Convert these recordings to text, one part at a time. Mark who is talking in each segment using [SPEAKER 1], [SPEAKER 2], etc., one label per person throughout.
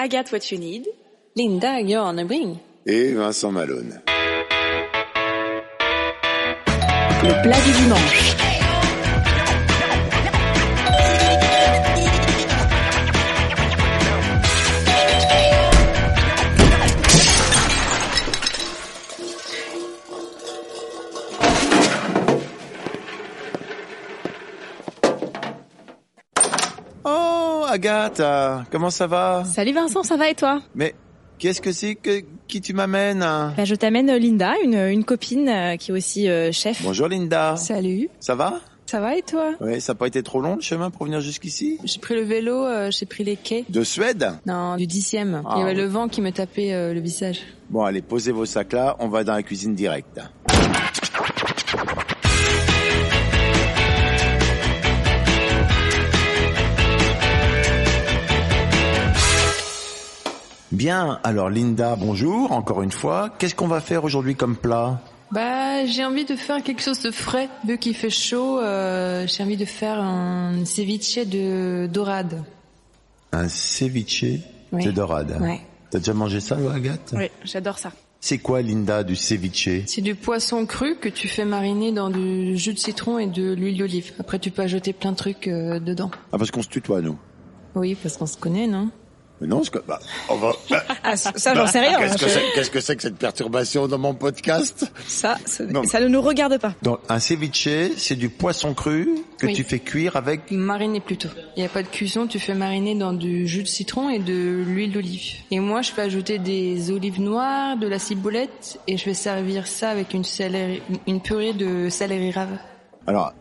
[SPEAKER 1] I Got What You Need, Linda Granebring.
[SPEAKER 2] et Vincent Malone.
[SPEAKER 1] Le plat du dimanche.
[SPEAKER 2] Oh, Agathe, euh, comment ça va
[SPEAKER 1] Salut Vincent, ça va et toi
[SPEAKER 2] Mais qu'est-ce que c'est que qui tu m'amènes hein
[SPEAKER 1] Bah, Je t'amène euh, Linda, une, une copine euh, qui est aussi euh, chef.
[SPEAKER 2] Bonjour Linda,
[SPEAKER 3] Salut,
[SPEAKER 2] ça va
[SPEAKER 3] ça va et toi
[SPEAKER 2] Oui, ça n'a pas été trop long le chemin pour venir jusqu'ici
[SPEAKER 3] J'ai pris le vélo, euh, j'ai pris les quais.
[SPEAKER 2] De Suède
[SPEAKER 3] Non, du dixième.
[SPEAKER 2] Ah,
[SPEAKER 3] Il y avait
[SPEAKER 2] oui.
[SPEAKER 3] le vent qui me tapait euh, le visage.
[SPEAKER 2] Bon, allez, posez vos sacs là, on va dans la cuisine directe. Bien, alors Linda, bonjour, encore une fois. Qu'est-ce qu'on va faire aujourd'hui comme plat
[SPEAKER 3] Bah, j'ai envie de faire quelque chose de frais. Vu qu'il fait chaud, euh, j'ai envie de faire un ceviche de dorade.
[SPEAKER 2] Un ceviche
[SPEAKER 3] Oui.
[SPEAKER 2] de dorade.
[SPEAKER 3] Ouais.
[SPEAKER 2] T'as déjà mangé ça, Agathe
[SPEAKER 3] Oui, j'adore ça.
[SPEAKER 2] C'est quoi, Linda, du ceviche
[SPEAKER 3] C'est du poisson cru que tu fais mariner dans du jus de citron et de l'huile d'olive. Après, tu peux ajouter plein de trucs euh, dedans.
[SPEAKER 2] Ah, parce qu'on se tutoie, nous.
[SPEAKER 3] Oui, parce qu'on se connaît, non
[SPEAKER 2] Mais non, c'est que... Bah, on va...
[SPEAKER 4] Ah, ça, j'en sais rien.
[SPEAKER 2] Qu'est-ce que c'est qu'est-ce que, c'est que cette perturbation dans mon podcast
[SPEAKER 4] Ça, ça,
[SPEAKER 2] Non, mais-
[SPEAKER 4] ça ne nous regarde pas.
[SPEAKER 2] Donc, un ceviche, c'est du poisson cru que
[SPEAKER 3] Oui.
[SPEAKER 2] tu fais cuire avec...
[SPEAKER 3] Mariner plutôt. Il n'y a pas de cuisson, tu fais mariner dans du jus de citron et de l'huile d'olive. Et moi, je fais ajouter des olives noires, de la ciboulette, et je vais servir ça avec une, céleri- une purée de céleri rave.
[SPEAKER 2] Alors,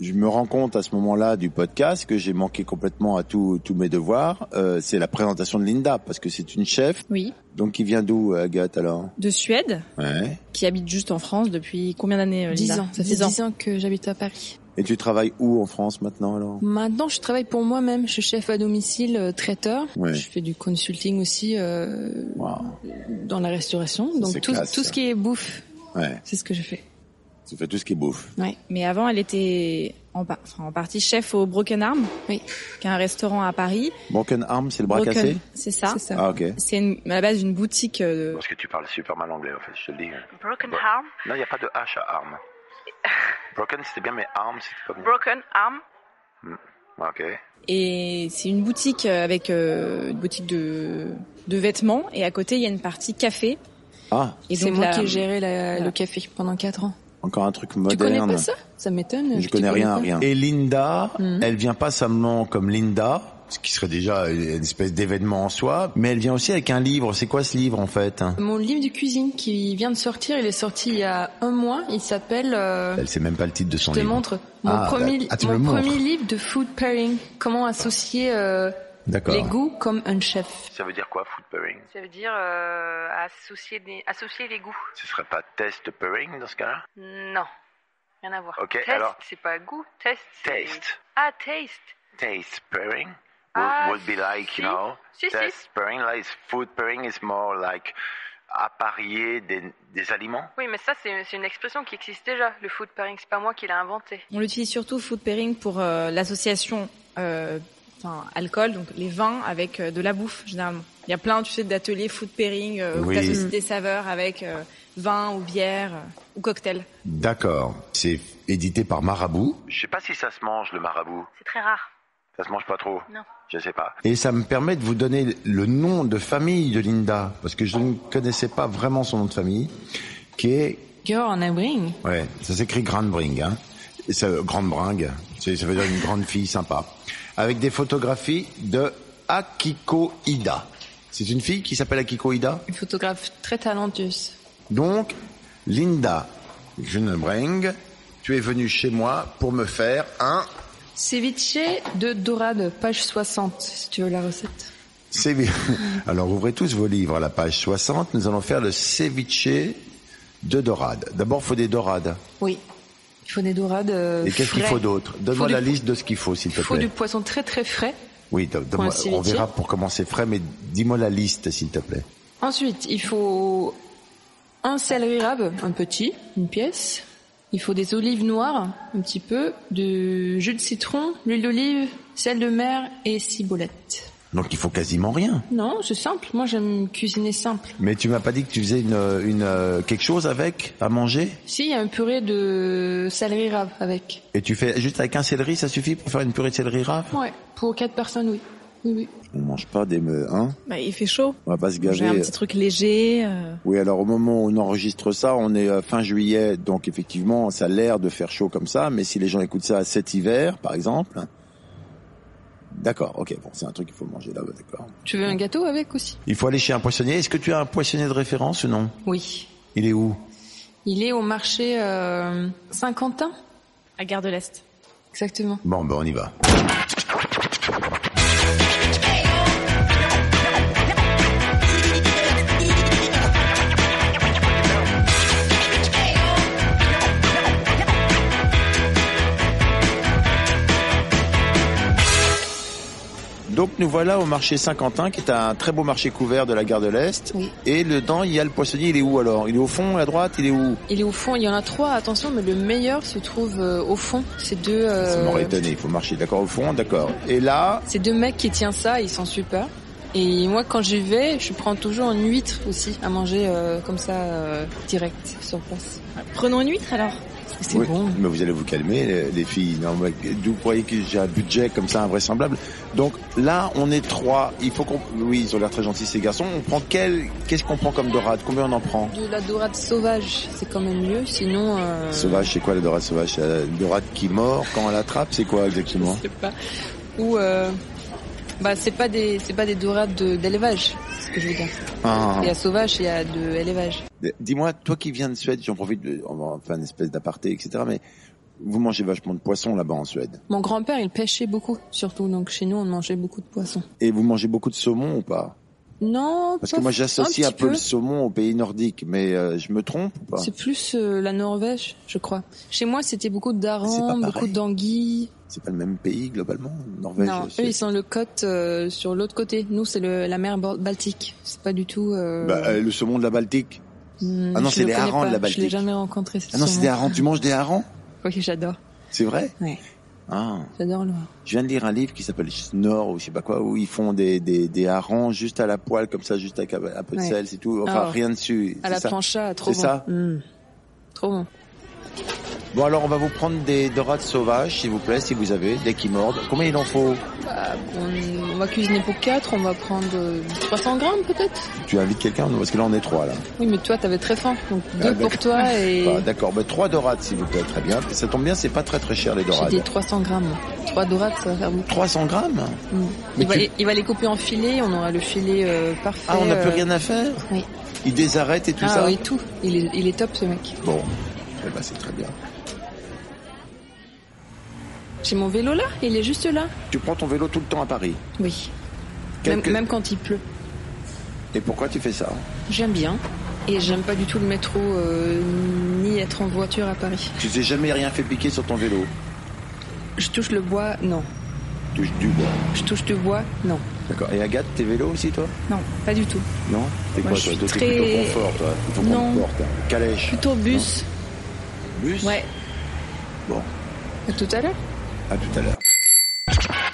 [SPEAKER 2] je me rends compte à ce moment-là du podcast que j'ai manqué complètement à tous tous mes devoirs. Euh, c'est la présentation de Linda, parce que c'est une chef.
[SPEAKER 4] Oui,
[SPEAKER 2] Donc, qui vient d'où, euh, Agathe, alors
[SPEAKER 4] de Suède,
[SPEAKER 2] Ouais.
[SPEAKER 4] qui habite juste en France depuis combien d'années euh,
[SPEAKER 3] 10
[SPEAKER 4] Linda
[SPEAKER 3] ans.
[SPEAKER 4] Ça
[SPEAKER 3] Ça
[SPEAKER 4] fait 10 ans.
[SPEAKER 3] que j'habite à Paris.
[SPEAKER 2] Et tu travailles où en France, maintenant, alors
[SPEAKER 3] Maintenant, je travaille pour moi-même. Je suis chef à domicile, euh, traiteur.
[SPEAKER 2] Ouais.
[SPEAKER 3] Je fais du consulting aussi euh,
[SPEAKER 2] Waouh.
[SPEAKER 3] dans la restauration.
[SPEAKER 2] c'est
[SPEAKER 3] Donc tout,
[SPEAKER 2] classe,
[SPEAKER 3] tout
[SPEAKER 2] ça.
[SPEAKER 3] ce qui est bouffe,
[SPEAKER 2] Ouais,
[SPEAKER 3] c'est ce que je fais.
[SPEAKER 2] tu fais tout ce qui est bouffe.
[SPEAKER 4] Mais avant, elle était en, par- enfin, en partie chef au Broken Arm,
[SPEAKER 3] Oui.
[SPEAKER 4] qui est un restaurant à Paris.
[SPEAKER 2] Broken arm, c'est le bras cassé
[SPEAKER 4] Broken- C'est ça.
[SPEAKER 3] C'est ça.
[SPEAKER 2] Ah, ok.
[SPEAKER 4] C'est une- à la base une boutique. euh,
[SPEAKER 5] Parce que tu parles super mal anglais, en fait, je te le dis.
[SPEAKER 6] Broken
[SPEAKER 5] Bon.
[SPEAKER 6] arm,
[SPEAKER 5] Non, il n'y a pas de H à arm. Broken, c'était bien, mais arm, c'était pas bien.
[SPEAKER 6] broken arm,
[SPEAKER 5] Ok.
[SPEAKER 4] Et c'est une boutique euh, avec euh, une boutique de, de vêtements. Et à côté, il y a une partie café.
[SPEAKER 2] Ah,
[SPEAKER 4] Et
[SPEAKER 3] C'est
[SPEAKER 4] donc
[SPEAKER 3] moi
[SPEAKER 4] la-
[SPEAKER 3] qui ai géré la-
[SPEAKER 4] voilà.
[SPEAKER 3] le café pendant 4 ans.
[SPEAKER 2] encore un truc
[SPEAKER 3] Tu
[SPEAKER 2] moderne.
[SPEAKER 3] connais pas ça Ça m'étonne. que tu
[SPEAKER 2] Je connais rien,
[SPEAKER 3] pas. Hmm.
[SPEAKER 2] rien. Et Linda, elle vient pas simplement comme Linda, ce qui serait déjà une espèce d'événement en soi, mais elle vient aussi avec un livre. C'est quoi ce livre en fait hein?
[SPEAKER 3] Mon livre de cuisine qui vient de sortir, il est sorti il y a un mois. Il s'appelle. euh,
[SPEAKER 2] Elle sait même pas le titre de son
[SPEAKER 3] je te
[SPEAKER 2] livre.
[SPEAKER 3] montre mon
[SPEAKER 2] Ah,
[SPEAKER 3] premier,
[SPEAKER 2] ah, tu me
[SPEAKER 3] mon
[SPEAKER 2] le montres.
[SPEAKER 3] premier livre de food pairing. Comment associer euh,
[SPEAKER 2] D'accord.
[SPEAKER 3] les goûts comme un chef.
[SPEAKER 5] Ça veut dire quoi, food pairing
[SPEAKER 6] ça veut dire euh, associer, des- associer les goûts.
[SPEAKER 5] Ce serait pas test pairing dans ce cas-là
[SPEAKER 6] Non, rien à voir.
[SPEAKER 5] Ok,
[SPEAKER 6] taste,
[SPEAKER 5] alors-
[SPEAKER 6] c'est pas goût, taste. c'est-
[SPEAKER 5] Taste.
[SPEAKER 6] Ah, taste.
[SPEAKER 5] Taste pairing
[SPEAKER 6] Ah,
[SPEAKER 5] would, would be like,
[SPEAKER 6] si.
[SPEAKER 5] you know,
[SPEAKER 6] Si, si.
[SPEAKER 5] test pairing, like food pairing is more like apparier des, des aliments.
[SPEAKER 6] Oui, mais ça, c'est c'est une expression qui existe déjà. Le food pairing, c'est pas moi qui l'ai inventé.
[SPEAKER 4] On l'utilise surtout food pairing pour euh, l'association euh, enfin, alcool, donc les vins avec euh, de la bouffe généralement. Il y a plein tu sais d'ateliers food pairing euh,
[SPEAKER 2] Oui.
[SPEAKER 4] où t'associes des saveurs avec euh, vin ou bière euh, ou cocktail.
[SPEAKER 2] D'accord. C'est édité par Marabout.
[SPEAKER 5] Je sais pas si ça se mange, le marabout.
[SPEAKER 6] C'est très rare.
[SPEAKER 5] Ça se mange pas trop
[SPEAKER 6] Non.
[SPEAKER 5] Je sais pas.
[SPEAKER 2] Et ça me permet de vous donner le nom de famille de Linda, parce que je ne connaissais pas vraiment son nom de famille, qui est...
[SPEAKER 1] Granebring.
[SPEAKER 2] Ouais, ça s'écrit Grandbring. Hein. Et ça- Grande bringue, c'est- ça veut dire une grande fille sympa. Avec des photographies de Akiko Ida. C'est une fille qui s'appelle Akiko Ida.
[SPEAKER 1] Une photographe très talentueuse.
[SPEAKER 2] Donc, Linda Grunenbring, tu es venue chez moi pour me faire un
[SPEAKER 3] Ceviche de dorade, page 60, si tu veux la recette.
[SPEAKER 2] C'est bien. Alors ouvrez tous vos livres à la page 60. Nous allons faire le ceviche de dorade. D'abord, faut des dorades.
[SPEAKER 3] Oui. Il faut des dorades. euh,
[SPEAKER 2] Et qu'est-ce qu'il
[SPEAKER 3] frais.
[SPEAKER 2] faut d'autre Donne-moi
[SPEAKER 3] Faut
[SPEAKER 2] la
[SPEAKER 3] du-
[SPEAKER 2] liste de ce qu'il faut, s'il te
[SPEAKER 3] Il faut
[SPEAKER 2] plaît.
[SPEAKER 3] du poisson très très frais.
[SPEAKER 2] Oui, donne- donne-moi-
[SPEAKER 3] un ceviche.
[SPEAKER 2] on verra pour commencer frais, mais dis-moi la liste, s'il te plaît.
[SPEAKER 3] Ensuite, il faut un céleri rave, un petit, une pièce. Il faut des olives noires, un petit peu, du jus de citron, l'huile d'olive, sel de mer et ciboulette.
[SPEAKER 2] Donc il faut quasiment rien.
[SPEAKER 3] Non, c'est simple. Moi, j'aime cuisiner simple.
[SPEAKER 2] Mais tu m'as pas dit que tu faisais une, une euh, quelque chose avec à manger
[SPEAKER 3] Si, il y a un purée de céleri rave avec.
[SPEAKER 2] et tu fais juste avec un céleri, ça suffit pour faire une purée de céleri rave
[SPEAKER 3] Ouais, pour quatre personnes, oui. Oui, oui.
[SPEAKER 2] On mange pas des me- hein
[SPEAKER 4] Bah, il fait chaud.
[SPEAKER 2] On va pas se
[SPEAKER 4] J'ai un
[SPEAKER 2] gaver.
[SPEAKER 4] petit truc léger. euh,
[SPEAKER 2] Oui, alors au moment où on enregistre ça, on est euh, fin juillet, donc effectivement, ça a l'air de faire chaud comme ça, mais si les gens écoutent ça cet hiver, par exemple, d'accord, ok, bon, c'est un truc qu'il faut manger là, bah, d'accord.
[SPEAKER 3] Tu veux un gâteau avec aussi
[SPEAKER 2] Il faut aller chez un poissonnier. Est-ce que tu as un poissonnier de référence ou non
[SPEAKER 3] Oui.
[SPEAKER 2] Il est où
[SPEAKER 3] Il est au marché euh, Saint-Quentin
[SPEAKER 4] À Gare de l'Est.
[SPEAKER 3] Exactement.
[SPEAKER 2] Bon, ben on y va. Donc nous voilà au marché Saint-Quentin, qui est un très beau marché couvert de la gare de l'Est.
[SPEAKER 3] Oui.
[SPEAKER 2] Et dedans, il y a le poissonnier. Il est où alors Il est au fond, à droite Il est où
[SPEAKER 3] Il est au fond, il y en a trois, attention, mais le meilleur se trouve euh, au fond. C'est deux, euh,
[SPEAKER 2] Ça m'aurait étonné. Il faut marcher d'accord au fond, d'accord. Et là,
[SPEAKER 3] c'est deux mecs qui tiennent ça, ils sont super. Et moi, quand j'y vais, je prends toujours une huître aussi à manger euh, comme ça, euh, direct, sur place.
[SPEAKER 4] Prenons une huître alors.
[SPEAKER 3] Parce que c'est
[SPEAKER 2] Oui,
[SPEAKER 3] bon.
[SPEAKER 2] Mais vous allez vous calmer, les, les filles. Non, mais vous croyez que j'ai un budget comme ça invraisemblable Donc là, on est trois. Il faut qu'on. Oui, ils ont l'air très gentils ces garçons. On prend quel Qu'est-ce qu'on prend comme dorade Combien on en prend
[SPEAKER 3] De la dorade sauvage, c'est quand même mieux, sinon... euh,
[SPEAKER 2] Sauvage, c'est quoi la dorade sauvage C'est la dorade qui mord quand on l'attrape. C'est quoi exactement
[SPEAKER 3] Je sais pas. Ou... euh, Bah, c'est pas des c'est pas des dorades de- d'élevage, ce que je veux dire.
[SPEAKER 2] Ah.
[SPEAKER 3] Il y a sauvage, il y a de élevage.
[SPEAKER 2] Euh, Dis-moi, toi qui viens de Suède, j'en profite. de- On va faire une espèce d'aparté, etc. Mais vous mangez vachement de poissons là-bas en Suède.
[SPEAKER 3] Mon grand-père, il pêchait beaucoup, surtout. Donc chez nous, on mangeait beaucoup de poissons.
[SPEAKER 2] Et vous mangez beaucoup de saumon ou pas
[SPEAKER 3] Non,
[SPEAKER 2] Parce
[SPEAKER 3] pas
[SPEAKER 2] que moi, j'associe un,
[SPEAKER 3] petit
[SPEAKER 2] peu, le saumon aux pays nordiques, mais euh, je me trompe ou pas
[SPEAKER 3] C'est plus euh, la Norvège, je crois. Chez moi, c'était beaucoup de
[SPEAKER 2] C'est pas
[SPEAKER 3] darans,
[SPEAKER 2] pareil.
[SPEAKER 3] beaucoup d'anguilles.
[SPEAKER 2] C'est pas le même pays globalement, Norvège.
[SPEAKER 3] Non,
[SPEAKER 2] c'est-
[SPEAKER 3] eux, ils sont le côte euh, sur l'autre côté. Nous, c'est le- la mer Bal- Baltique. C'est pas du tout. euh,
[SPEAKER 2] Bah, euh, le saumon de la Baltique.
[SPEAKER 3] hmm,
[SPEAKER 2] ah non,
[SPEAKER 3] je
[SPEAKER 2] c'est
[SPEAKER 3] le
[SPEAKER 2] les
[SPEAKER 3] connais
[SPEAKER 2] harengs
[SPEAKER 3] pas.
[SPEAKER 2] de la
[SPEAKER 3] Je l'ai
[SPEAKER 2] Baltique.
[SPEAKER 3] jamais rencontré.
[SPEAKER 2] Ah non, c'est des harengs. Tu manges des harengs
[SPEAKER 3] Oui, j'adore.
[SPEAKER 2] C'est vrai
[SPEAKER 3] Ouais,
[SPEAKER 2] Ah.
[SPEAKER 3] j'adore le.
[SPEAKER 2] Je viens de lire un livre qui s'appelle Snor ou je sais pas quoi, où ils font des, des, des harengs juste à la poêle, comme ça, juste avec un un peu de
[SPEAKER 3] Ouais.
[SPEAKER 2] sel, c'est tout. Enfin,
[SPEAKER 3] Ah.
[SPEAKER 2] rien dessus.
[SPEAKER 3] À
[SPEAKER 2] c'est
[SPEAKER 3] la
[SPEAKER 2] ça.
[SPEAKER 3] plancha, trop bon.
[SPEAKER 2] C'est ça
[SPEAKER 3] Hmm. Trop bon.
[SPEAKER 2] Bon, alors on va vous prendre des dorades sauvages, s'il vous plaît, si vous avez, dès qu'ils mordent. Combien il en faut
[SPEAKER 3] Bah, on, on va cuisiner pour quatre. On va prendre euh, 300 grammes peut-être.
[SPEAKER 2] Tu invites quelqu'un Parce que là, on est trois, là.
[SPEAKER 3] Oui, mais toi, t'avais très faim. Donc deux
[SPEAKER 2] Ah, d'accord.
[SPEAKER 3] pour toi et
[SPEAKER 2] Bah, D'accord, mais trois dorades, s'il vous plaît, très bien. Ça tombe bien, c'est pas très très cher, les
[SPEAKER 3] j'ai dit
[SPEAKER 2] dorades.
[SPEAKER 3] 300 grammes. Trois dorades, ça va faire beaucoup.
[SPEAKER 2] 300 grammes
[SPEAKER 3] Mm.
[SPEAKER 2] Mais
[SPEAKER 3] Il, va,
[SPEAKER 2] tu-
[SPEAKER 3] les- il va les couper en filet, on aura le filet euh, parfait.
[SPEAKER 2] Ah, on n'a plus
[SPEAKER 3] euh,
[SPEAKER 2] rien à faire
[SPEAKER 3] oui.
[SPEAKER 2] Ils désarrêtent et tout
[SPEAKER 3] ah
[SPEAKER 2] ça
[SPEAKER 3] oui, tout. Il est, il est top ce mec.
[SPEAKER 2] Bon, eh ben, c'est très bien.
[SPEAKER 3] J'ai mon vélo là, il est juste là.
[SPEAKER 2] Tu prends ton vélo tout le temps à Paris.
[SPEAKER 3] Oui.
[SPEAKER 2] Quelques-
[SPEAKER 3] Même, même quand il pleut.
[SPEAKER 2] Et pourquoi tu fais ça
[SPEAKER 3] J'aime bien. Et j'aime pas du tout le métro, euh, ni être en voiture à Paris.
[SPEAKER 2] Tu t'es jamais rien fait piquer sur ton vélo.
[SPEAKER 3] Je touche le bois, non.
[SPEAKER 2] Touche du bois.
[SPEAKER 3] Je touche du bois, non.
[SPEAKER 2] D'accord. Et Agathe, tes vélos aussi, toi
[SPEAKER 4] Non, pas du tout.
[SPEAKER 2] Non T'es
[SPEAKER 4] Moi,
[SPEAKER 2] quoi, toi
[SPEAKER 4] je suis
[SPEAKER 2] Toi, t'es
[SPEAKER 4] très-
[SPEAKER 2] plutôt confort, toi. Plutôt
[SPEAKER 4] Non.
[SPEAKER 2] confort, hein. Calèche.
[SPEAKER 4] Plutôt bus.
[SPEAKER 2] Bus
[SPEAKER 4] Ouais.
[SPEAKER 2] Bon,
[SPEAKER 3] À tout à l'heure.
[SPEAKER 2] à tout à l'heure.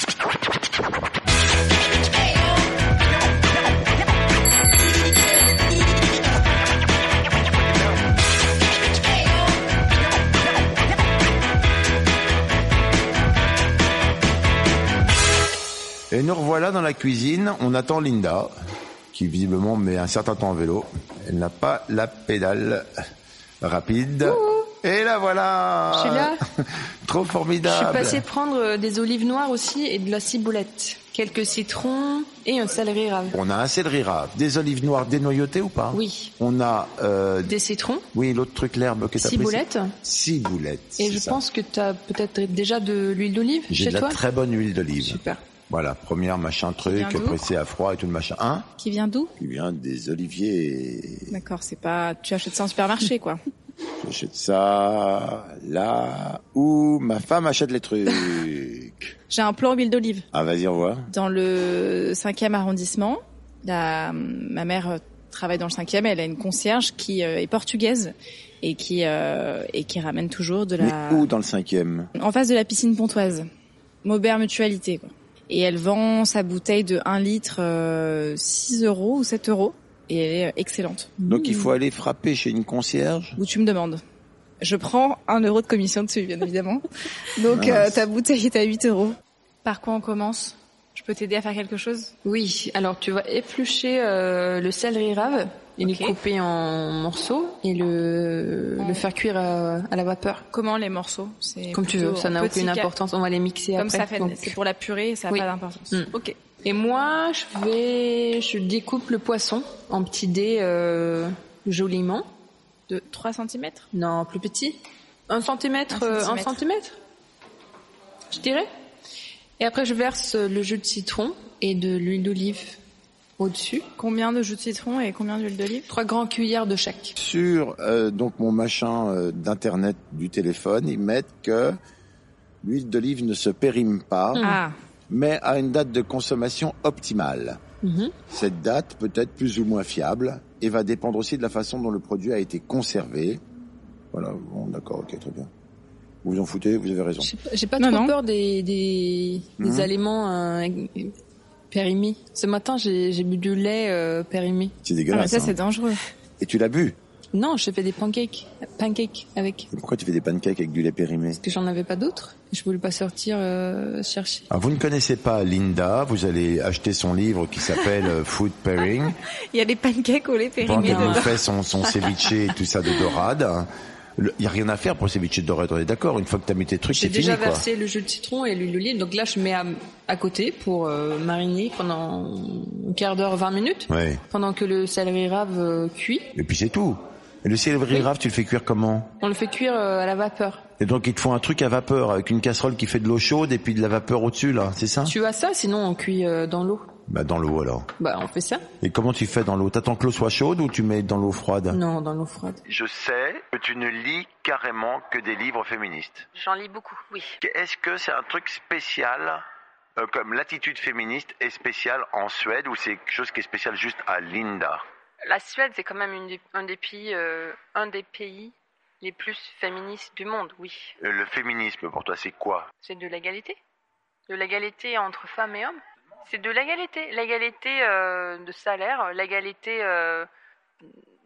[SPEAKER 2] Et nous revoilà dans la cuisine, on attend Linda, qui visiblement met un certain temps en vélo. Elle n'a pas la pédale rapide. Et la voilà
[SPEAKER 3] Je suis là.
[SPEAKER 2] Trop
[SPEAKER 3] Je suis
[SPEAKER 2] formidable
[SPEAKER 3] passée prendre euh, des olives noires aussi et de la ciboulette. quelques citrons et un céleri rave.
[SPEAKER 2] On a un céleri rave, des olives noires dénoyautées ou pas
[SPEAKER 3] Oui.
[SPEAKER 2] On a euh,
[SPEAKER 3] Des citrons,
[SPEAKER 2] oui l'autre truc l'herbe que t'as pris,
[SPEAKER 3] ciboulette.
[SPEAKER 2] c'est- Ciboulette.
[SPEAKER 3] Et
[SPEAKER 2] c'est
[SPEAKER 3] je
[SPEAKER 2] ça.
[SPEAKER 3] pense que tu as peut-être déjà de l'huile d'olive
[SPEAKER 2] j'ai
[SPEAKER 3] chez
[SPEAKER 2] de la
[SPEAKER 3] toi.
[SPEAKER 2] très bonne huile d'olive.
[SPEAKER 3] Super.
[SPEAKER 2] Voilà, première machin
[SPEAKER 4] vient
[SPEAKER 2] truc
[SPEAKER 4] d'où
[SPEAKER 2] pressé à froid et tout le machin. Hein
[SPEAKER 4] Qui vient d'où
[SPEAKER 2] Qui vient des oliviers. et-
[SPEAKER 4] D'accord, c'est pas. Tu achètes ça en supermarché, quoi.
[SPEAKER 2] J'achète ça là où ma femme achète les trucs.
[SPEAKER 4] J'ai un plan huile d'olive.
[SPEAKER 2] ah vas-y, on voit.
[SPEAKER 4] Dans le 5e arrondissement, la, ma mère euh, travaille dans le 5e, elle a une concierge qui euh, est portugaise et qui, euh, et qui ramène toujours de la...
[SPEAKER 2] Mais où dans le cinquième
[SPEAKER 4] En face de la piscine pontoise, Maubert Mutualité. Quoi. Et elle vend sa bouteille de 1 litre euh, 6 euros ou 7 euros et elle est euh, excellente.
[SPEAKER 2] Donc il faut
[SPEAKER 3] Mmh.
[SPEAKER 2] aller frapper chez une concierge.
[SPEAKER 4] Où tu me demandes je prends 1 euro de commission dessus, bien évidemment. Donc euh,
[SPEAKER 2] Ah, Mince.
[SPEAKER 4] ta bouteille est à 8 euros. Par quoi on commence Je peux t'aider à faire quelque chose
[SPEAKER 3] Oui, alors tu vas éplucher euh, le céleri rave et
[SPEAKER 4] Ok.
[SPEAKER 3] le couper en morceaux et le,
[SPEAKER 4] En-
[SPEAKER 3] le faire cuire à, à la vapeur.
[SPEAKER 4] Comment les morceaux C'est
[SPEAKER 3] Comme tu veux,
[SPEAKER 4] plutôt
[SPEAKER 3] ça
[SPEAKER 4] en
[SPEAKER 3] n'a
[SPEAKER 4] petit
[SPEAKER 3] aucune
[SPEAKER 4] ca-
[SPEAKER 3] importance, on va les mixer
[SPEAKER 4] Comme
[SPEAKER 3] après.
[SPEAKER 4] ça fait,
[SPEAKER 3] donc.
[SPEAKER 4] c'est pour la purée, et ça n'a
[SPEAKER 3] Oui.
[SPEAKER 4] pas d'importance.
[SPEAKER 3] Mm.
[SPEAKER 4] Ok.
[SPEAKER 3] Et moi, je vais, je découpe le poisson en petits dés euh, joliment.
[SPEAKER 4] De 3 cm
[SPEAKER 3] Non, plus petit. Un centimètre,
[SPEAKER 4] Un
[SPEAKER 3] euh, un
[SPEAKER 4] centimètre.
[SPEAKER 3] centimètre, je dirais. Et après, je verse le jus de citron et de l'huile d'olive au-dessus.
[SPEAKER 4] Combien de jus de citron et combien d'huile d'olive
[SPEAKER 3] Trois grandes cuillères de chaque.
[SPEAKER 2] Sur euh, donc mon machin euh, d'internet du téléphone, ils mettent que l'huile d'olive ne se périme
[SPEAKER 3] Mm.
[SPEAKER 2] pas,
[SPEAKER 4] Ah,
[SPEAKER 2] mais à une date de consommation optimale.
[SPEAKER 4] Mhm.
[SPEAKER 2] Cette date peut être plus ou moins fiable et va dépendre aussi de la façon dont le produit a été conservé. Voilà, bon, d'accord, ok, très bien. Vous vous en foutez, vous avez raison.
[SPEAKER 3] J'ai pas- J'ai pas
[SPEAKER 4] Non,
[SPEAKER 3] trop
[SPEAKER 4] non.
[SPEAKER 3] peur des, des, des
[SPEAKER 2] Mhm.
[SPEAKER 3] aliments euh, périmés. Ce matin, j'ai j'ai bu du lait euh, périmé.
[SPEAKER 2] C'est
[SPEAKER 4] Ah, mais
[SPEAKER 2] dégueulasse.
[SPEAKER 4] ça
[SPEAKER 2] hein.
[SPEAKER 4] c'est dangereux.
[SPEAKER 2] Et tu l'as bu
[SPEAKER 3] Non, je fais des pancakes, pancakes avec.
[SPEAKER 2] Et Pourquoi tu fais des pancakes avec du lait périmé
[SPEAKER 3] Parce que j'en avais pas d'autres. Je voulais pas sortir euh, chercher.
[SPEAKER 2] Alors, vous ne connaissez pas Linda, vous allez acheter son livre qui s'appelle euh, Food Pairing,
[SPEAKER 4] Il y a des pancakes au lait périmé
[SPEAKER 2] pendant qu'elle
[SPEAKER 4] dedans.
[SPEAKER 2] vous fait son, son ceviche et tout ça de dorade. Il n'y a rien à faire pour le ceviche de dorade, on est d'accord Une fois que tu as mis tes trucs,
[SPEAKER 3] J'ai
[SPEAKER 2] c'est
[SPEAKER 3] déjà
[SPEAKER 2] fini quoi.
[SPEAKER 3] versé le jus de citron et l'huile d'olive, donc là je mets à, à côté pour euh, mariner pendant un quart d'heure, 20 minutes,
[SPEAKER 2] Ouais.
[SPEAKER 3] pendant que le céleri rave euh, cuit.
[SPEAKER 2] Et puis c'est tout. Et le céleri
[SPEAKER 3] Oui.
[SPEAKER 2] rave, tu le fais cuire comment
[SPEAKER 3] On le fait cuire euh, à la vapeur.
[SPEAKER 2] Et donc ils te font un truc à vapeur avec une casserole qui fait de l'eau chaude et puis de la vapeur au-dessus là, c'est ça
[SPEAKER 3] Tu as ça, sinon on cuit euh, dans l'eau.
[SPEAKER 2] Bah dans l'eau alors.
[SPEAKER 3] Bah on fait ça.
[SPEAKER 2] Et comment tu fais dans l'eau T'attends que l'eau soit chaude ou tu mets dans l'eau froide
[SPEAKER 3] Non, dans l'eau froide.
[SPEAKER 5] Je sais que tu ne lis carrément que des livres féministes.
[SPEAKER 6] J'en lis beaucoup, oui.
[SPEAKER 5] Est-ce que c'est un truc spécial, euh, comme l'attitude féministe est spéciale en Suède, ou c'est quelque chose qui est spécial juste à Linda
[SPEAKER 6] La Suède, c'est quand même une des- un, des pays, euh, un des pays les plus féministes du monde, oui.
[SPEAKER 5] Euh, Le féminisme pour toi, c'est quoi
[SPEAKER 6] C'est de l'égalité. De l'égalité entre femmes et hommes. C'est de l'égalité. L'égalité euh, de salaire, l'égalité euh,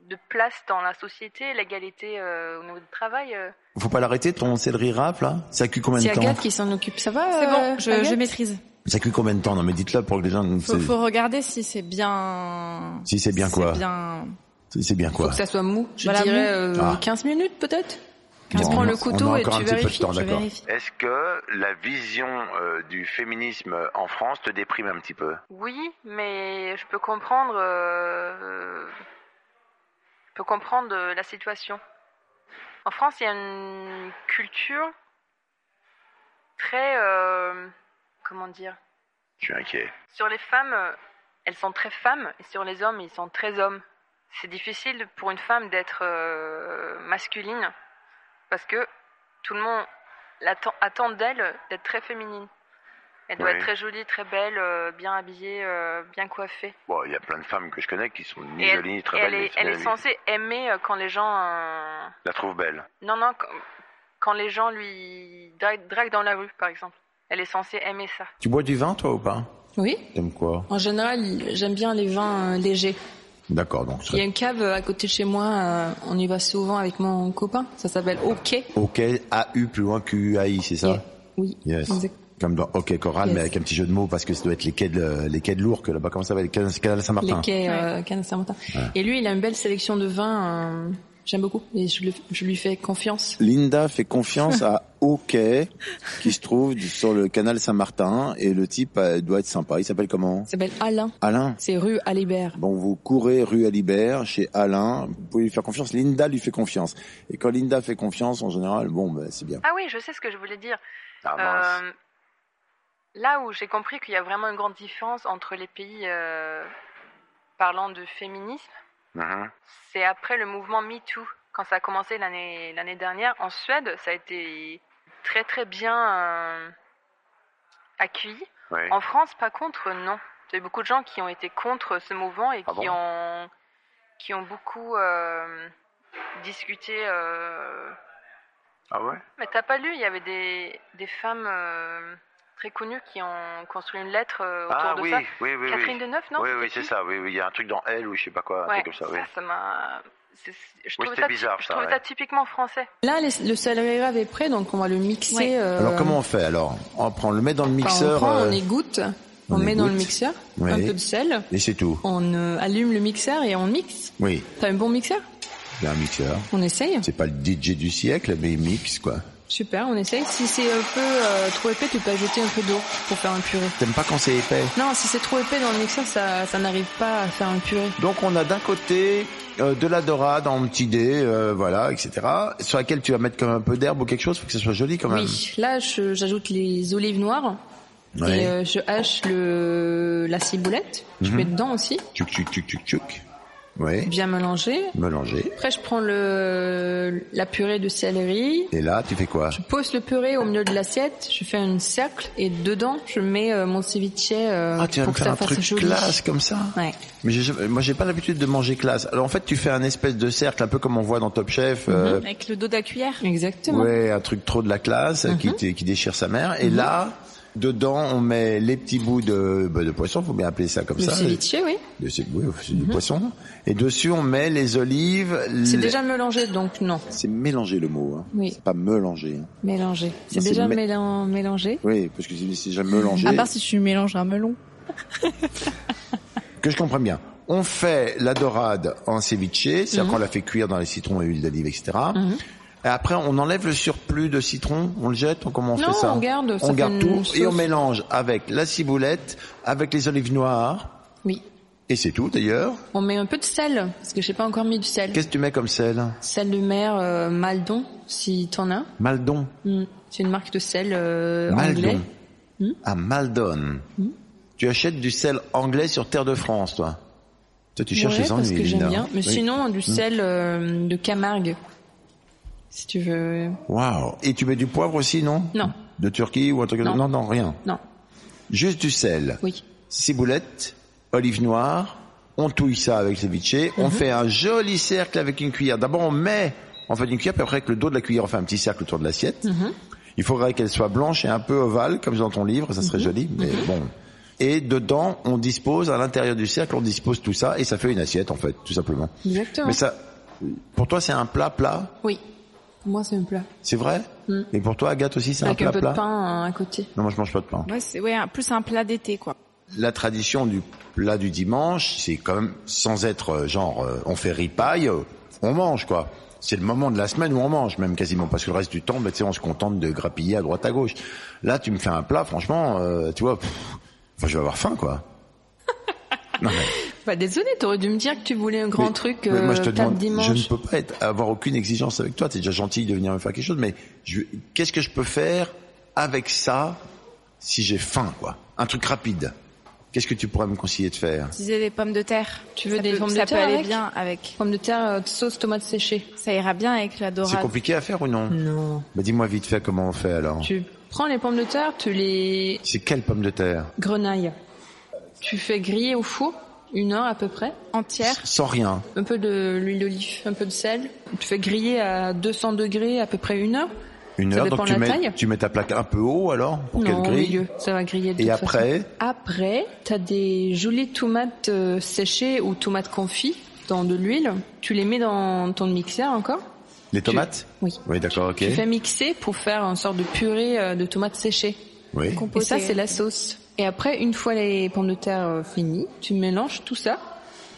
[SPEAKER 6] de place dans la société, l'égalité euh, au niveau du travail. euh.
[SPEAKER 2] Faut pas l'arrêter ton céleri rave là Ça cuit combien
[SPEAKER 3] C'est
[SPEAKER 2] de temps
[SPEAKER 3] Agathe qui s'en occupe, ça va
[SPEAKER 4] C'est
[SPEAKER 3] euh,
[SPEAKER 4] bon, je,
[SPEAKER 3] Agathe
[SPEAKER 4] je maîtrise.
[SPEAKER 2] Ça cuit combien de temps Non mais dites-le pour que les gens
[SPEAKER 4] Faut, faut regarder si c'est bien.
[SPEAKER 2] Si c'est bien quoi
[SPEAKER 4] C'est bien.
[SPEAKER 2] Si c'est bien
[SPEAKER 3] Faut
[SPEAKER 2] quoi
[SPEAKER 3] que ça soit mou. Je
[SPEAKER 4] Voilà,
[SPEAKER 3] dirais euh,
[SPEAKER 2] Ah.
[SPEAKER 3] 15 minutes peut-être.
[SPEAKER 2] Bon,
[SPEAKER 3] tu prends
[SPEAKER 2] on
[SPEAKER 3] le
[SPEAKER 2] a-
[SPEAKER 3] couteau
[SPEAKER 2] on a
[SPEAKER 3] et
[SPEAKER 2] encore
[SPEAKER 3] tu
[SPEAKER 2] un petit peu de
[SPEAKER 3] vérifies.
[SPEAKER 2] temps,
[SPEAKER 3] tu
[SPEAKER 2] d'accord.
[SPEAKER 3] vérifies.
[SPEAKER 5] Est-ce que la vision euh, du féminisme en France te déprime un petit peu
[SPEAKER 6] Oui, mais je peux comprendre. euh, je peux comprendre euh, la situation. En France, il y a une culture très. euh, comment dire
[SPEAKER 5] Je suis inquiet.
[SPEAKER 6] Sur les femmes, euh, elles sont très femmes, et sur les hommes, ils sont très hommes. C'est difficile pour une femme d'être euh, masculine, parce que tout le monde l'attend- attend d'elle d'être très féminine. Elle doit
[SPEAKER 5] Oui.
[SPEAKER 6] être très jolie, très belle, euh, bien habillée, euh, bien coiffée.
[SPEAKER 5] Bon, il y a plein de femmes que je connais qui sont ni
[SPEAKER 6] Et
[SPEAKER 5] jolies ni très
[SPEAKER 6] elle
[SPEAKER 5] belles. mais
[SPEAKER 6] est, elle est
[SPEAKER 5] finalement,
[SPEAKER 6] censée aimer euh, quand les gens... euh,
[SPEAKER 5] ils La trouvent belle.
[SPEAKER 6] Non, non, quand, quand les gens lui draguent, draguent dans la rue, par exemple. Elle est censée aimer ça.
[SPEAKER 2] Tu bois du vin toi ou pas
[SPEAKER 3] Oui.
[SPEAKER 2] T'aimes quoi
[SPEAKER 3] En général, j'aime bien les vins euh, légers.
[SPEAKER 2] D'accord donc.
[SPEAKER 3] Il
[SPEAKER 2] ce
[SPEAKER 3] y a
[SPEAKER 2] serait-
[SPEAKER 3] une cave euh, à côté de chez moi, euh, on y va souvent avec mon copain, ça s'appelle OK.
[SPEAKER 2] Ok AU plus loin QAI c'est ça
[SPEAKER 3] Yeah. Oui.
[SPEAKER 2] Yes.
[SPEAKER 3] Exact.
[SPEAKER 2] Comme dans OK Coral
[SPEAKER 3] Yes.
[SPEAKER 2] mais avec un petit jeu de mots parce que ça doit être les quais de euh, les quais de Lourdes que là-bas Ah, comment ça s'appelle Canal Saint-Martin.
[SPEAKER 3] Les quais euh, Cannes Saint-Martin. Et lui, il a une belle sélection de vins euh, J'aime beaucoup et je, le- je lui fais confiance.
[SPEAKER 2] Linda fait confiance à OK, qui se trouve du- sur le canal Saint-Martin, et le type euh, doit être sympa. Il s'appelle comment
[SPEAKER 3] Il s'appelle Alain.
[SPEAKER 2] Alain.
[SPEAKER 3] C'est rue Alibert.
[SPEAKER 2] Bon, vous courez rue Alibert, chez Alain, vous pouvez lui faire confiance, Linda lui fait confiance. Et quand Linda fait confiance, en général, bon, ben, c'est bien.
[SPEAKER 6] Ah oui, je sais ce que je voulais dire.
[SPEAKER 5] Ah mince.
[SPEAKER 6] Euh, là où j'ai compris qu'il y a vraiment une grande différence entre les pays euh, parlant de féminisme,
[SPEAKER 5] Mhm.
[SPEAKER 6] c'est après le mouvement MeToo. Quand ça a commencé l'année l'année dernière, en Suède, ça a été très très bien euh, accueilli.
[SPEAKER 5] Oui.
[SPEAKER 6] En France, par contre, non. Il y a eu beaucoup de gens qui ont été contre ce mouvement et
[SPEAKER 5] Ah
[SPEAKER 6] qui,
[SPEAKER 5] bon
[SPEAKER 6] ont, qui ont beaucoup euh, discuté euh,
[SPEAKER 5] Ah ouais
[SPEAKER 6] mais t'as pas lu, il y avait des, des femmes euh, très connues qui ont construit une lettre euh, autour
[SPEAKER 5] Ah
[SPEAKER 6] de
[SPEAKER 5] oui,
[SPEAKER 6] ça.
[SPEAKER 5] oui, oui,
[SPEAKER 6] Catherine
[SPEAKER 5] oui.
[SPEAKER 6] Deneuve, non
[SPEAKER 5] oui,
[SPEAKER 6] c'était
[SPEAKER 5] oui, c'est
[SPEAKER 6] qui
[SPEAKER 5] ça. Oui, oui, il y a un truc dans elle ou je sais pas quoi, un
[SPEAKER 6] Ouais,
[SPEAKER 5] truc comme ça. Oui.
[SPEAKER 6] ça, ça m'a... c'est- c'est- Je
[SPEAKER 5] Oui,
[SPEAKER 6] trouvais
[SPEAKER 5] c'était
[SPEAKER 6] ça, ty-
[SPEAKER 5] bizarre,
[SPEAKER 6] je
[SPEAKER 5] ça,
[SPEAKER 6] trouvais
[SPEAKER 5] ouais.
[SPEAKER 6] ça typiquement français.
[SPEAKER 3] Là, les- le salarié grave est prêt, donc on va le mixer.
[SPEAKER 4] Ouais.
[SPEAKER 3] euh,
[SPEAKER 2] Alors comment on fait alors On prend, on le met dans le
[SPEAKER 3] enfin,
[SPEAKER 2] mixeur
[SPEAKER 3] on, prend,
[SPEAKER 2] euh,
[SPEAKER 3] on égoutte, on,
[SPEAKER 2] on
[SPEAKER 3] met dans le
[SPEAKER 2] égoutte.
[SPEAKER 3] mixeur
[SPEAKER 2] Ouais.
[SPEAKER 3] un peu de sel,
[SPEAKER 2] et c'est tout.
[SPEAKER 3] on euh, allume le mixeur et on mixe.
[SPEAKER 2] Oui,
[SPEAKER 3] T'as un bon mixeur
[SPEAKER 2] il y a un mixeur.
[SPEAKER 3] On essaye.
[SPEAKER 2] C'est pas le DJ du siècle, mais il mixe quoi.
[SPEAKER 3] Super, on essaye. Si c'est un peu euh, trop épais, tu peux ajouter un peu d'eau pour faire un purée.
[SPEAKER 2] T'aimes pas quand c'est épais
[SPEAKER 3] Non, si c'est trop épais dans le mixeur, ça, ça n'arrive pas à faire un purée.
[SPEAKER 2] Donc on a d'un côté euh, de la dorade en petit dé, euh, voilà, etc. Sur laquelle tu vas mettre comme un peu d'herbe ou quelque chose pour que ça soit joli quand même.
[SPEAKER 3] Oui, là, je- j'ajoute les olives noires
[SPEAKER 2] Ouais.
[SPEAKER 3] et euh, je hache le, la ciboulette.
[SPEAKER 2] Mhm.
[SPEAKER 3] Je mets dedans aussi,
[SPEAKER 2] Tchouk tchouk tchouk tchouk tchouk. Oui.
[SPEAKER 3] bien mélangé.
[SPEAKER 2] Mélanger.
[SPEAKER 3] Après, je prends le, la purée de céleri.
[SPEAKER 2] Et là, tu fais quoi
[SPEAKER 3] Je pose le purée au milieu de l'assiette, je fais un cercle et dedans je mets euh, mon ceviche euh,
[SPEAKER 2] Ah, tu vas me
[SPEAKER 3] pour que
[SPEAKER 2] faire
[SPEAKER 3] ça
[SPEAKER 2] un
[SPEAKER 3] fasse
[SPEAKER 2] truc
[SPEAKER 3] joli.
[SPEAKER 2] classe comme ça
[SPEAKER 3] Ouais.
[SPEAKER 2] Mais j'ai jamais- moi, j'ai pas l'habitude de manger classe. Alors en fait, tu fais un espèce de cercle, un peu comme on voit dans Top Chef. euh,
[SPEAKER 4] Avec le dos de la cuillère.
[SPEAKER 3] Mhm. Exactement. Mhm.
[SPEAKER 2] Ouais, un truc trop de la classe euh, qui, t- qui déchire sa mère. Et là, dedans, on met les petits bouts de, bah, de poisson, faut bien appeler ça comme
[SPEAKER 3] Le
[SPEAKER 2] ça.
[SPEAKER 3] ceviche, oui.
[SPEAKER 2] De ces- oui, c'est du poisson. Et dessus, on met les olives.
[SPEAKER 3] Mhm. C'est
[SPEAKER 2] les-
[SPEAKER 3] déjà mélangé, donc non.
[SPEAKER 2] C'est mélanger le mot. Hein.
[SPEAKER 3] Oui.
[SPEAKER 2] C'est pas mélanger. hein.
[SPEAKER 3] Mélangé. C'est
[SPEAKER 2] c'est
[SPEAKER 3] déjà
[SPEAKER 2] mé-
[SPEAKER 3] mélan- mélangé.
[SPEAKER 2] Oui, parce que si c'est déjà mélanger.
[SPEAKER 3] Ah,
[SPEAKER 4] À part si tu mélanges un melon.
[SPEAKER 2] Que je comprends bien. On fait la dorade en ceviche, c'est-à-dire
[SPEAKER 3] Mhm.
[SPEAKER 2] qu'on la fait cuire dans les citrons et huile d'olive, etc. Et après, on enlève le surplus de citron, on le jette, on comment on
[SPEAKER 3] Non,
[SPEAKER 2] fait ça
[SPEAKER 3] on garde, ça
[SPEAKER 2] on
[SPEAKER 3] fait
[SPEAKER 2] garde
[SPEAKER 3] une
[SPEAKER 2] tout et on
[SPEAKER 3] sauce.
[SPEAKER 2] mélange avec la ciboulette, avec les olives noires,
[SPEAKER 3] Oui.
[SPEAKER 2] et c'est tout d'ailleurs.
[SPEAKER 3] On met un peu de sel, parce que j'ai pas encore mis du sel.
[SPEAKER 2] Qu'est-ce que tu mets comme sel
[SPEAKER 3] Sel de mer euh, Maldon, si t'en as.
[SPEAKER 2] Maldon.
[SPEAKER 3] Mm. C'est une marque de sel euh, anglais. Hmm?
[SPEAKER 2] Maldon. Ah, Maldon. Tu achètes du sel anglais sur terre de France, toi. Toi, tu cherches
[SPEAKER 3] Ouais,
[SPEAKER 2] les
[SPEAKER 3] parce
[SPEAKER 2] ennuis,
[SPEAKER 3] que j'aime
[SPEAKER 2] Linda.
[SPEAKER 3] bien. Mais
[SPEAKER 2] Oui. Hmm.
[SPEAKER 3] sinon, du sel euh, de Camargue, si tu veux.
[SPEAKER 2] Waouh. Et tu mets du poivre aussi, non
[SPEAKER 3] Non.
[SPEAKER 2] De Turquie ou un truc
[SPEAKER 3] Non.
[SPEAKER 2] Non, non, rien.
[SPEAKER 3] Non,
[SPEAKER 2] Juste du sel.
[SPEAKER 3] oui.
[SPEAKER 2] Ciboulette, olive noire. On touille ça avec les ceviche.
[SPEAKER 3] Mhm.
[SPEAKER 2] On fait un joli cercle avec une cuillère. D'abord, on met, en fait, une cuillère, puis après, avec le dos de la cuillère, on fait un petit cercle autour de l'assiette.
[SPEAKER 3] Mhm.
[SPEAKER 2] Il faudrait qu'elle soit blanche et un peu ovale, comme dans ton livre. Ça
[SPEAKER 3] Mhm.
[SPEAKER 2] serait joli, mais bon. Et dedans, on dispose, à l'intérieur du cercle, on dispose tout ça, et ça fait une assiette, en fait, tout simplement.
[SPEAKER 3] Exactement.
[SPEAKER 2] Mais ça, pour toi, c'est un plat plat?
[SPEAKER 3] Oui. Pour moi, c'est un plat.
[SPEAKER 2] C'est vrai? Et pour toi, Agathe aussi, c'est un
[SPEAKER 3] Mm. Avec un
[SPEAKER 2] plat
[SPEAKER 3] peu
[SPEAKER 2] plat?
[SPEAKER 3] de pain euh, à côté.
[SPEAKER 2] Non, moi, je mange pas de pain.
[SPEAKER 4] Ouais, c'est ouais, un- plus un plat d'été quoi.
[SPEAKER 2] la tradition du plat du dimanche, c'est quand même sans être euh, genre euh, on fait ripaille, euh, on mange quoi. C'est le moment de la semaine où on mange même quasiment parce que le reste du temps, bah, tu sais, on se contente de grappiller à droite à gauche. Là, tu me fais un plat, franchement, euh, tu vois, pff, enfin, je vais avoir faim quoi. Non, mais-
[SPEAKER 3] Bah désolé, t'aurais dû me dire que tu voulais un grand
[SPEAKER 2] mais-
[SPEAKER 3] truc
[SPEAKER 2] mais
[SPEAKER 3] euh,
[SPEAKER 2] moi, je te
[SPEAKER 3] plat de
[SPEAKER 2] demande, je ne
[SPEAKER 3] dimanche.
[SPEAKER 2] peux pas être, avoir aucune exigence avec toi. T'es déjà gentil de venir me faire quelque chose, mais je- qu'est-ce que je peux faire avec ça si j'ai faim quoi Un truc rapide. Qu'est-ce que tu pourrais me conseiller de faire
[SPEAKER 4] Tu disais des pommes de terre.
[SPEAKER 3] Tu veux
[SPEAKER 4] Ça
[SPEAKER 3] des
[SPEAKER 4] peut-
[SPEAKER 3] pommes de
[SPEAKER 4] ça
[SPEAKER 3] terre
[SPEAKER 4] peut aller
[SPEAKER 3] avec
[SPEAKER 4] bien avec.
[SPEAKER 3] Pommes de terre, euh, sauce tomate séchée.
[SPEAKER 4] Ça ira bien avec la
[SPEAKER 2] C'est
[SPEAKER 4] dorade.
[SPEAKER 2] compliqué à faire ou non
[SPEAKER 3] Non.
[SPEAKER 2] Bah dis-moi vite fait comment on fait alors.
[SPEAKER 3] Tu prends les pommes de terre, tu les
[SPEAKER 2] C'est quelle pomme de terre
[SPEAKER 3] grenailles. Tu fais griller au four, une heure à peu près.
[SPEAKER 4] Entière.
[SPEAKER 2] Sans rien.
[SPEAKER 3] Un peu de l'huile d'olive, un peu de sel. Tu fais griller à 200 degrés à peu près une heure.
[SPEAKER 2] Une
[SPEAKER 3] Ça
[SPEAKER 2] heure,
[SPEAKER 3] dépend
[SPEAKER 2] donc
[SPEAKER 3] de
[SPEAKER 2] tu
[SPEAKER 3] la
[SPEAKER 2] mets,
[SPEAKER 3] taille.
[SPEAKER 2] tu mets ta plaque un peu haut alors pour qu'elle
[SPEAKER 3] non, au
[SPEAKER 2] grille.
[SPEAKER 3] milieu, ça va griller de
[SPEAKER 2] Et
[SPEAKER 3] toute
[SPEAKER 2] après
[SPEAKER 3] façon. Après, t'as des jolies tomates euh, séchées ou tomates confites dans de l'huile. Tu les mets dans ton mixeur encore.
[SPEAKER 2] Les tomates
[SPEAKER 3] Oui.
[SPEAKER 2] Oui d'accord ok.
[SPEAKER 3] Tu fais mixer pour faire une sorte de purée euh, de tomates séchées.
[SPEAKER 2] Oui.
[SPEAKER 3] Et ça, c'est la sauce. Et après, une fois les pommes de terre euh, finies, tu mélanges tout ça.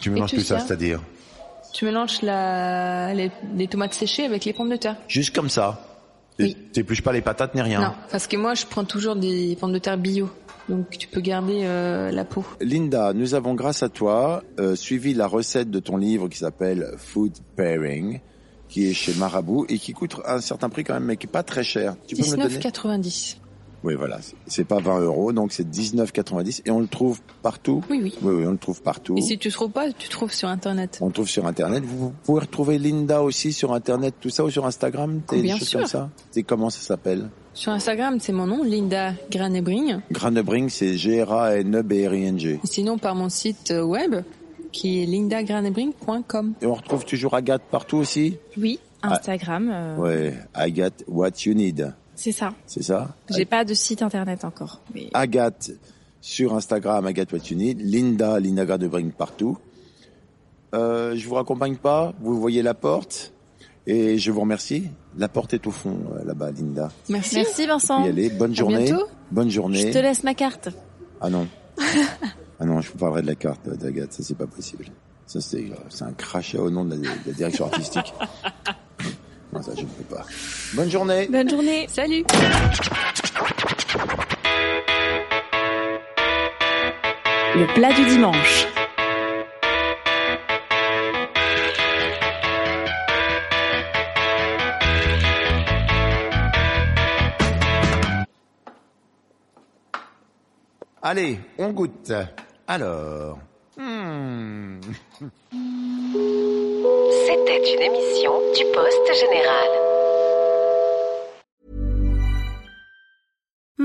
[SPEAKER 2] Tu mélanges
[SPEAKER 3] tu
[SPEAKER 2] tout ça,
[SPEAKER 3] sers.
[SPEAKER 2] c'est-à-dire
[SPEAKER 3] Tu mélanges la, les, les tomates séchées avec les pommes de terre.
[SPEAKER 2] Juste comme ça.
[SPEAKER 3] Oui.
[SPEAKER 2] T'épluches pas les patates ni rien.
[SPEAKER 3] Non, parce que moi, je prends toujours des pommes de terre bio. Donc, tu peux garder euh, la peau.
[SPEAKER 2] Linda, nous avons grâce à toi euh, suivi la recette de ton livre qui s'appelle Food Pairing, qui est chez Marabout et qui coûte un certain prix quand même, mais qui est pas très cher. Tu peux me le donner
[SPEAKER 3] 19,90.
[SPEAKER 2] Oui, voilà. C'est- C'est pas 20 euros, donc c'est 19,90 et on le trouve partout.
[SPEAKER 3] Oui, oui.
[SPEAKER 2] Oui, oui, on le trouve partout.
[SPEAKER 3] Et si tu trouves pas, tu trouves sur Internet.
[SPEAKER 2] On le trouve sur Internet. Vous pouvez retrouver Linda aussi sur Internet, tout ça, ou sur Instagram, t'es- des
[SPEAKER 3] Oh, Bien
[SPEAKER 2] choses
[SPEAKER 3] sûr.
[SPEAKER 2] comme ça. C'est comment ça s'appelle
[SPEAKER 3] Sur Instagram, c'est mon nom, Linda Granebring.
[SPEAKER 2] Granebring, c'est E G-R-A-N-E-B-R-I-N-G.
[SPEAKER 3] Et Sinon, par mon site euh, web, qui est lindagranebring.com.
[SPEAKER 2] Et on retrouve toujours Agathe partout aussi
[SPEAKER 4] Oui,
[SPEAKER 2] Ah.
[SPEAKER 4] Instagram, euh,
[SPEAKER 3] Ah.
[SPEAKER 2] Ouais, Agathe, what you need,
[SPEAKER 4] c'est ça.
[SPEAKER 2] c'est ça
[SPEAKER 4] J'ai pas de site internet encore. Mais...
[SPEAKER 2] Agathe sur Instagram, Agathe what you need, Linda, Linda Granebring partout. Euh, je vous raccompagne pas, vous voyez la porte, et je vous remercie. La porte est au fond, euh, là-bas, Linda.
[SPEAKER 3] Merci.
[SPEAKER 4] Merci Vincent.
[SPEAKER 2] Y aller, bonne
[SPEAKER 3] À
[SPEAKER 2] journée.
[SPEAKER 3] bientôt.
[SPEAKER 2] Bonne journée.
[SPEAKER 4] Je te laisse ma carte.
[SPEAKER 2] Ah non. ah non, je vous parlerai de la carte euh, d'Agathe, ça c'est pas possible. Ça c'est euh, c'est un crachat au nom de la, de la direction artistique. non, ça je ne peux pas. Bonne journée.
[SPEAKER 4] Bonne journée. Salut. Le plat du dimanche.
[SPEAKER 2] Allez, on goûte. Alors. hmm.
[SPEAKER 7] C'était une émission du Poste Général.